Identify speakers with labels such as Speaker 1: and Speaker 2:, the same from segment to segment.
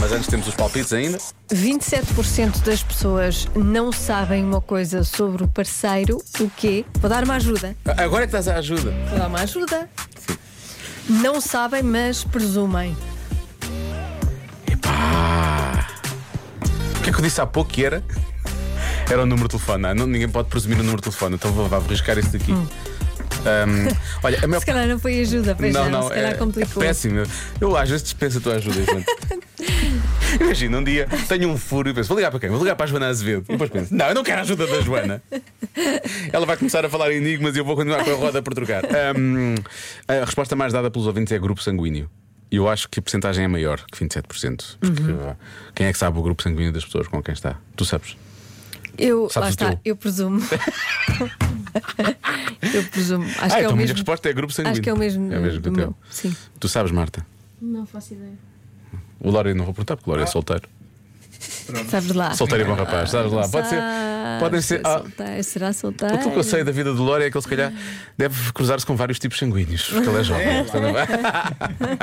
Speaker 1: Mas antes temos os palpites ainda.
Speaker 2: 27% das pessoas não sabem uma coisa sobre o parceiro, o quê? Vou dar uma ajuda.
Speaker 1: A- Agora é que estás à ajuda.
Speaker 2: Vou dar uma ajuda. Não sabem, mas presumem.
Speaker 1: O que é que eu disse há pouco que era? Era o número de telefone. Ah, não- ninguém pode presumir o número de telefone, então vou, vou arriscar este daqui. Ahm, olha, a maior
Speaker 2: Se calhar não foi ajuda, pois não, se calhar
Speaker 1: é,
Speaker 2: complicou.
Speaker 1: é péssimo. Eu às vezes dispenso a tua ajuda, Joana. Imagina, um dia tenho um furo e penso, vou ligar para quem? Vou ligar para a Joana Azevedo. E depois penso, não, eu não quero a ajuda da Joana. Ela vai começar a falar em enigmas e eu vou continuar com a roda por trocar. Hum, a resposta mais dada pelos ouvintes é grupo sanguíneo. E eu acho que a porcentagem é maior que 27%. Porque
Speaker 2: Uhum.
Speaker 1: ah, quem é que sabe o grupo sanguíneo das pessoas com quem está? Tu sabes?
Speaker 2: Eu,
Speaker 1: Sabes
Speaker 2: lá
Speaker 1: o
Speaker 2: está,
Speaker 1: teu.
Speaker 2: eu presumo. eu presumo. Acho
Speaker 1: ah,
Speaker 2: que é
Speaker 1: então a
Speaker 2: o
Speaker 1: minha
Speaker 2: mesmo.
Speaker 1: resposta é grupo sanguíneo.
Speaker 2: Acho que é o mesmo.
Speaker 1: É o mesmo que
Speaker 2: do
Speaker 1: o
Speaker 2: meu.
Speaker 1: teu.
Speaker 2: Sim.
Speaker 1: Tu sabes, Marta?
Speaker 3: Não faço ideia.
Speaker 1: O Lório não vou perguntar porque o
Speaker 2: Ah.
Speaker 1: Lório é solteiro.
Speaker 2: Sabes lá.
Speaker 1: Solteiro e bom rapaz, sabes lá? Pode ser.
Speaker 2: Sabes,
Speaker 1: Podem ser.
Speaker 2: é
Speaker 1: ah,
Speaker 2: solteiro, será solteiro?
Speaker 1: o que eu sei da vida do Lore é que ele, se calhar, deve cruzar-se com vários tipos sanguíneos, porque ele é jovem. portanto, vai-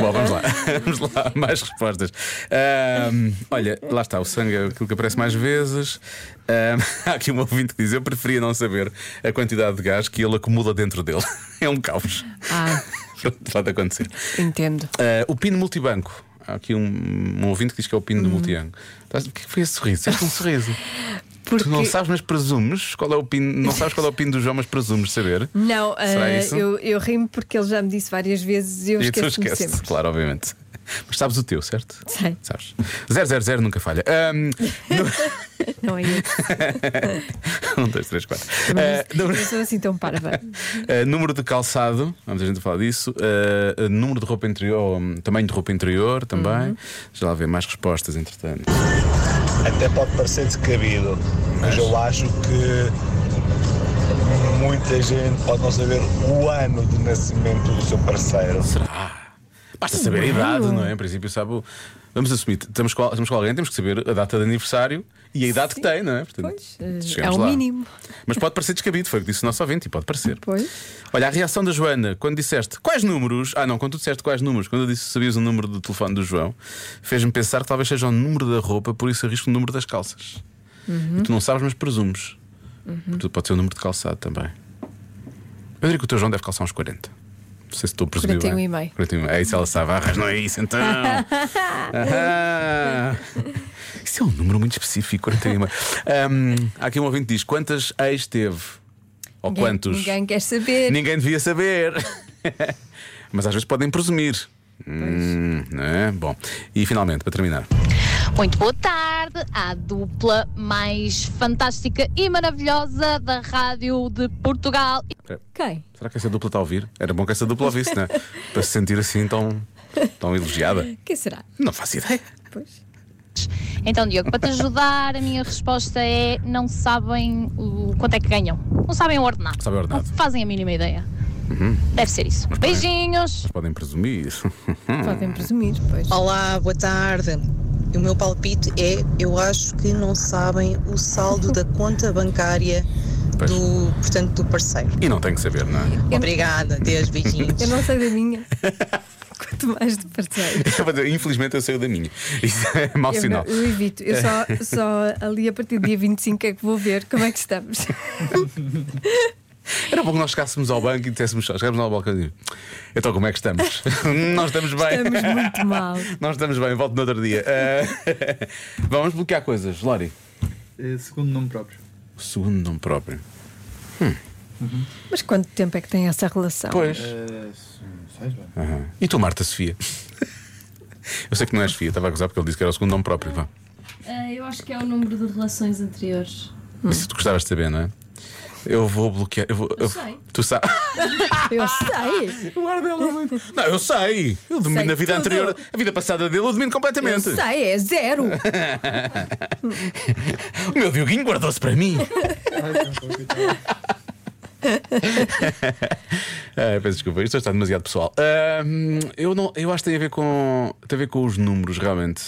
Speaker 1: bom, vamos lá. Vamos lá, mais respostas. Ahm, olha, lá está, o sangue é aquilo que aparece mais vezes. Ahm, há aqui um ouvinte que diz: Eu preferia não saber a quantidade de gás que ele acumula dentro dele. É um caos.
Speaker 2: Ah,
Speaker 1: Pronto, pode acontecer.
Speaker 2: entendo.
Speaker 1: Ah, o pino multibanco. Há aqui um, um ouvinte que diz que é o pino do multibanco. Estás- O que é que foi esse sorriso? Este é um sorriso.
Speaker 2: Porque...
Speaker 1: Tu não sabes, mas presumes qual é o pino. Não sabes qual é o pino do João, mas presumes saber.
Speaker 2: Não,
Speaker 1: Será
Speaker 2: eh,
Speaker 1: isso?
Speaker 2: eu, eu rimo porque ele já me disse várias vezes e eu
Speaker 1: e tu
Speaker 2: esqueço-me
Speaker 1: esqueces,
Speaker 2: sempre.
Speaker 1: claro, obviamente. Mas sabes o teu, certo?
Speaker 2: Sei.
Speaker 1: Sabes. 000 nunca falha. Um, Ahm,
Speaker 2: Não é isso.
Speaker 1: um, dois, três, quatro. Ah,
Speaker 2: Mas eu sou assim tão parva.
Speaker 1: Uh, número de calçado, há muita gente a falar disso. Uh, uh, número de roupa interior, ou, hum, tamanho de roupa interior também.
Speaker 2: Uhum.
Speaker 1: Já lá vê mais respostas, entretanto.
Speaker 4: Até pode parecer descabido, mas eu acho que muita gente pode não saber o ano de nascimento do seu parceiro.
Speaker 1: Será? Basta saber a idade, não é? Em princípio, sabe. o- Vamos assumir, estamos com, estamos com alguém, temos que saber a data de aniversário e a idade que tem, não é? Portanto,
Speaker 2: Pois, eh,
Speaker 1: chegamos
Speaker 2: é o
Speaker 1: lá.
Speaker 2: mínimo.
Speaker 1: Mas pode parecer descabido, foi o que disse o nosso ouvinte, e pode parecer.
Speaker 2: Pois.
Speaker 1: Olha, a reação da Joana quando disseste quais números. Ah, não, quando tu disseste quais números, quando eu disse que sabias o número do telefone do João, fez-me pensar que talvez seja o número da roupa, por isso arrisco o número das calças.
Speaker 2: Uhum.
Speaker 1: E tu não sabes, mas presumes. Porque Pode ser o número de calçado também. Eu diria que o teu João deve calçar uns 40. Não sei se estou a presumir.
Speaker 2: 41
Speaker 1: bem.
Speaker 2: e meio.
Speaker 1: 41 É isso, ela sabe. Ah, mas não é isso então. Ahá. Isso é um número muito específico, 41 e meio. Ahm, Há aqui um ouvinte que diz: quantas ex teve? Ou
Speaker 2: Ninguém-
Speaker 1: quantos?
Speaker 2: Ninguém quer saber.
Speaker 1: Ninguém devia saber. Mas às vezes podem presumir. Hum, não é? Bom, e finalmente, para terminar,
Speaker 5: Muito boa tarde à dupla mais fantástica e maravilhosa da Rádio de Portugal.
Speaker 2: Quem?
Speaker 1: será que essa dupla está a ouvir? Era bom que essa dupla ouvisse, não é? Para se sentir assim tão, tão elogiada.
Speaker 2: Quem será?
Speaker 1: Não faço ideia.
Speaker 2: Pois.
Speaker 5: Então, Diogo, para te ajudar, a minha resposta é: não sabem o quanto é que ganham. Não sabem o ordenado.
Speaker 1: Sabe o ordenado. Uhum.
Speaker 5: Não fazem a mínima ideia. Deve ser isso. Beijinhos!
Speaker 1: Podem presumir. Hum.
Speaker 2: Podem presumir, pois.
Speaker 6: Olá, boa tarde. O meu palpite é: eu acho que não sabem o saldo da conta bancária
Speaker 1: Pois.
Speaker 6: do, portanto, do parceiro.
Speaker 1: E não tem que saber, não é?
Speaker 6: Obrigada, Deus, beijinhos.
Speaker 2: Eu não sei da minha. Quanto mais de parceiro.
Speaker 1: Eu vou dizer, Infelizmente eu saio da minha. Isso é mau
Speaker 2: Eu,
Speaker 1: sinal.
Speaker 2: não- eu evito, eu só, só ali a partir do dia 25 é que vou ver como é que estamos.
Speaker 1: Era bom que nós chegássemos ao banco e disséssemos, chegámos ao balcão e dizíamos, então como é que estamos? nós estamos bem.
Speaker 2: Estamos muito mal.
Speaker 1: Nós estamos bem, volto no outro dia. Ah, vamos bloquear coisas, Lori.
Speaker 7: Eh, Segundo nome próprio.
Speaker 1: O segundo nome próprio.
Speaker 2: Mas quanto tempo é que tem essa relação?
Speaker 1: Pois.
Speaker 7: Eh, Não sei, bem.
Speaker 1: E tu, Marta Sofia? Eu sei que não és Sofia, estava a gozar porque ele disse que era o segundo nome próprio. Vá.
Speaker 3: Ah, eu acho que é o número de relações anteriores.
Speaker 1: Isso tu gostavas de saber, não é? Eu vou bloquear. Eu, vou, eu-
Speaker 3: sei.
Speaker 1: Tu sabes.
Speaker 2: Eu sei,
Speaker 1: Não, eu sei. Eu domino
Speaker 2: Sei
Speaker 1: a vida
Speaker 2: tudo.
Speaker 1: anterior, a vida passada dele, eu domino
Speaker 2: eu
Speaker 1: completamente.
Speaker 2: sei, é zero.
Speaker 1: O meu Dioguinho guardou-se para mim. Ah, peço desculpa, isto está demasiado pessoal. Ah, eu, não, eu acho que tem a ver com. Tem a ver com os números, realmente.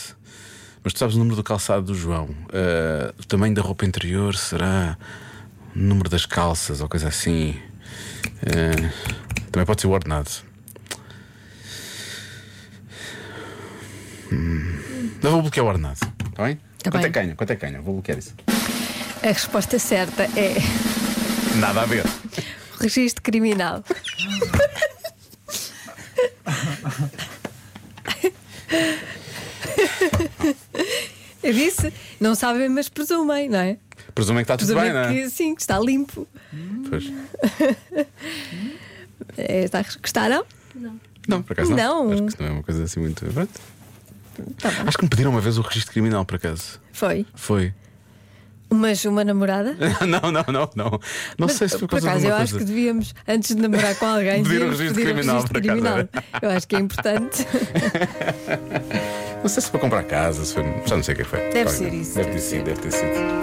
Speaker 1: Mas tu sabes o número do calçado do João? Ah, o tamanho da roupa interior será o número das calças ou coisa assim. Ah, também pode ser o ordenado. Hum, Não vou bloquear o ordenado. Está bem?
Speaker 2: Tá
Speaker 1: quanto é
Speaker 2: bem.
Speaker 1: canha? Quanto é canha? Vou bloquear isso.
Speaker 2: A resposta certa é
Speaker 1: Nada a ver.
Speaker 2: registro criminal. Eu disse, não sabem, mas presumem, não é?
Speaker 1: Presumem que está tudo
Speaker 2: Presumem
Speaker 1: bem, não é?
Speaker 2: que sim, que está limpo.
Speaker 1: Pois.
Speaker 2: É, está, gostaram?
Speaker 1: Não, por acaso não.
Speaker 2: Não. Tá
Speaker 1: Acho que isso não é uma coisa assim muito. Pronto. Acho que me pediram uma vez o registro criminal, por acaso.
Speaker 2: Foi.
Speaker 1: Foi.
Speaker 2: Mas uma namorada?
Speaker 1: não, não, não, não. Não sei se foi
Speaker 2: Por
Speaker 1: causa de
Speaker 2: acaso, eu
Speaker 1: alguma
Speaker 2: acho
Speaker 1: coisa.
Speaker 2: que devíamos, antes de namorar com alguém,
Speaker 1: Pedir o
Speaker 2: devíamos
Speaker 1: registro
Speaker 2: pedir o
Speaker 1: criminal,
Speaker 2: registro
Speaker 1: por acaso,
Speaker 2: criminal. Eu acho que é importante.
Speaker 1: Não sei se foi comprar casa, se foi. Já não sei o que é que foi.
Speaker 2: Deve ser isso,
Speaker 1: Deve ter
Speaker 2: deve
Speaker 1: sido, deve ter sido.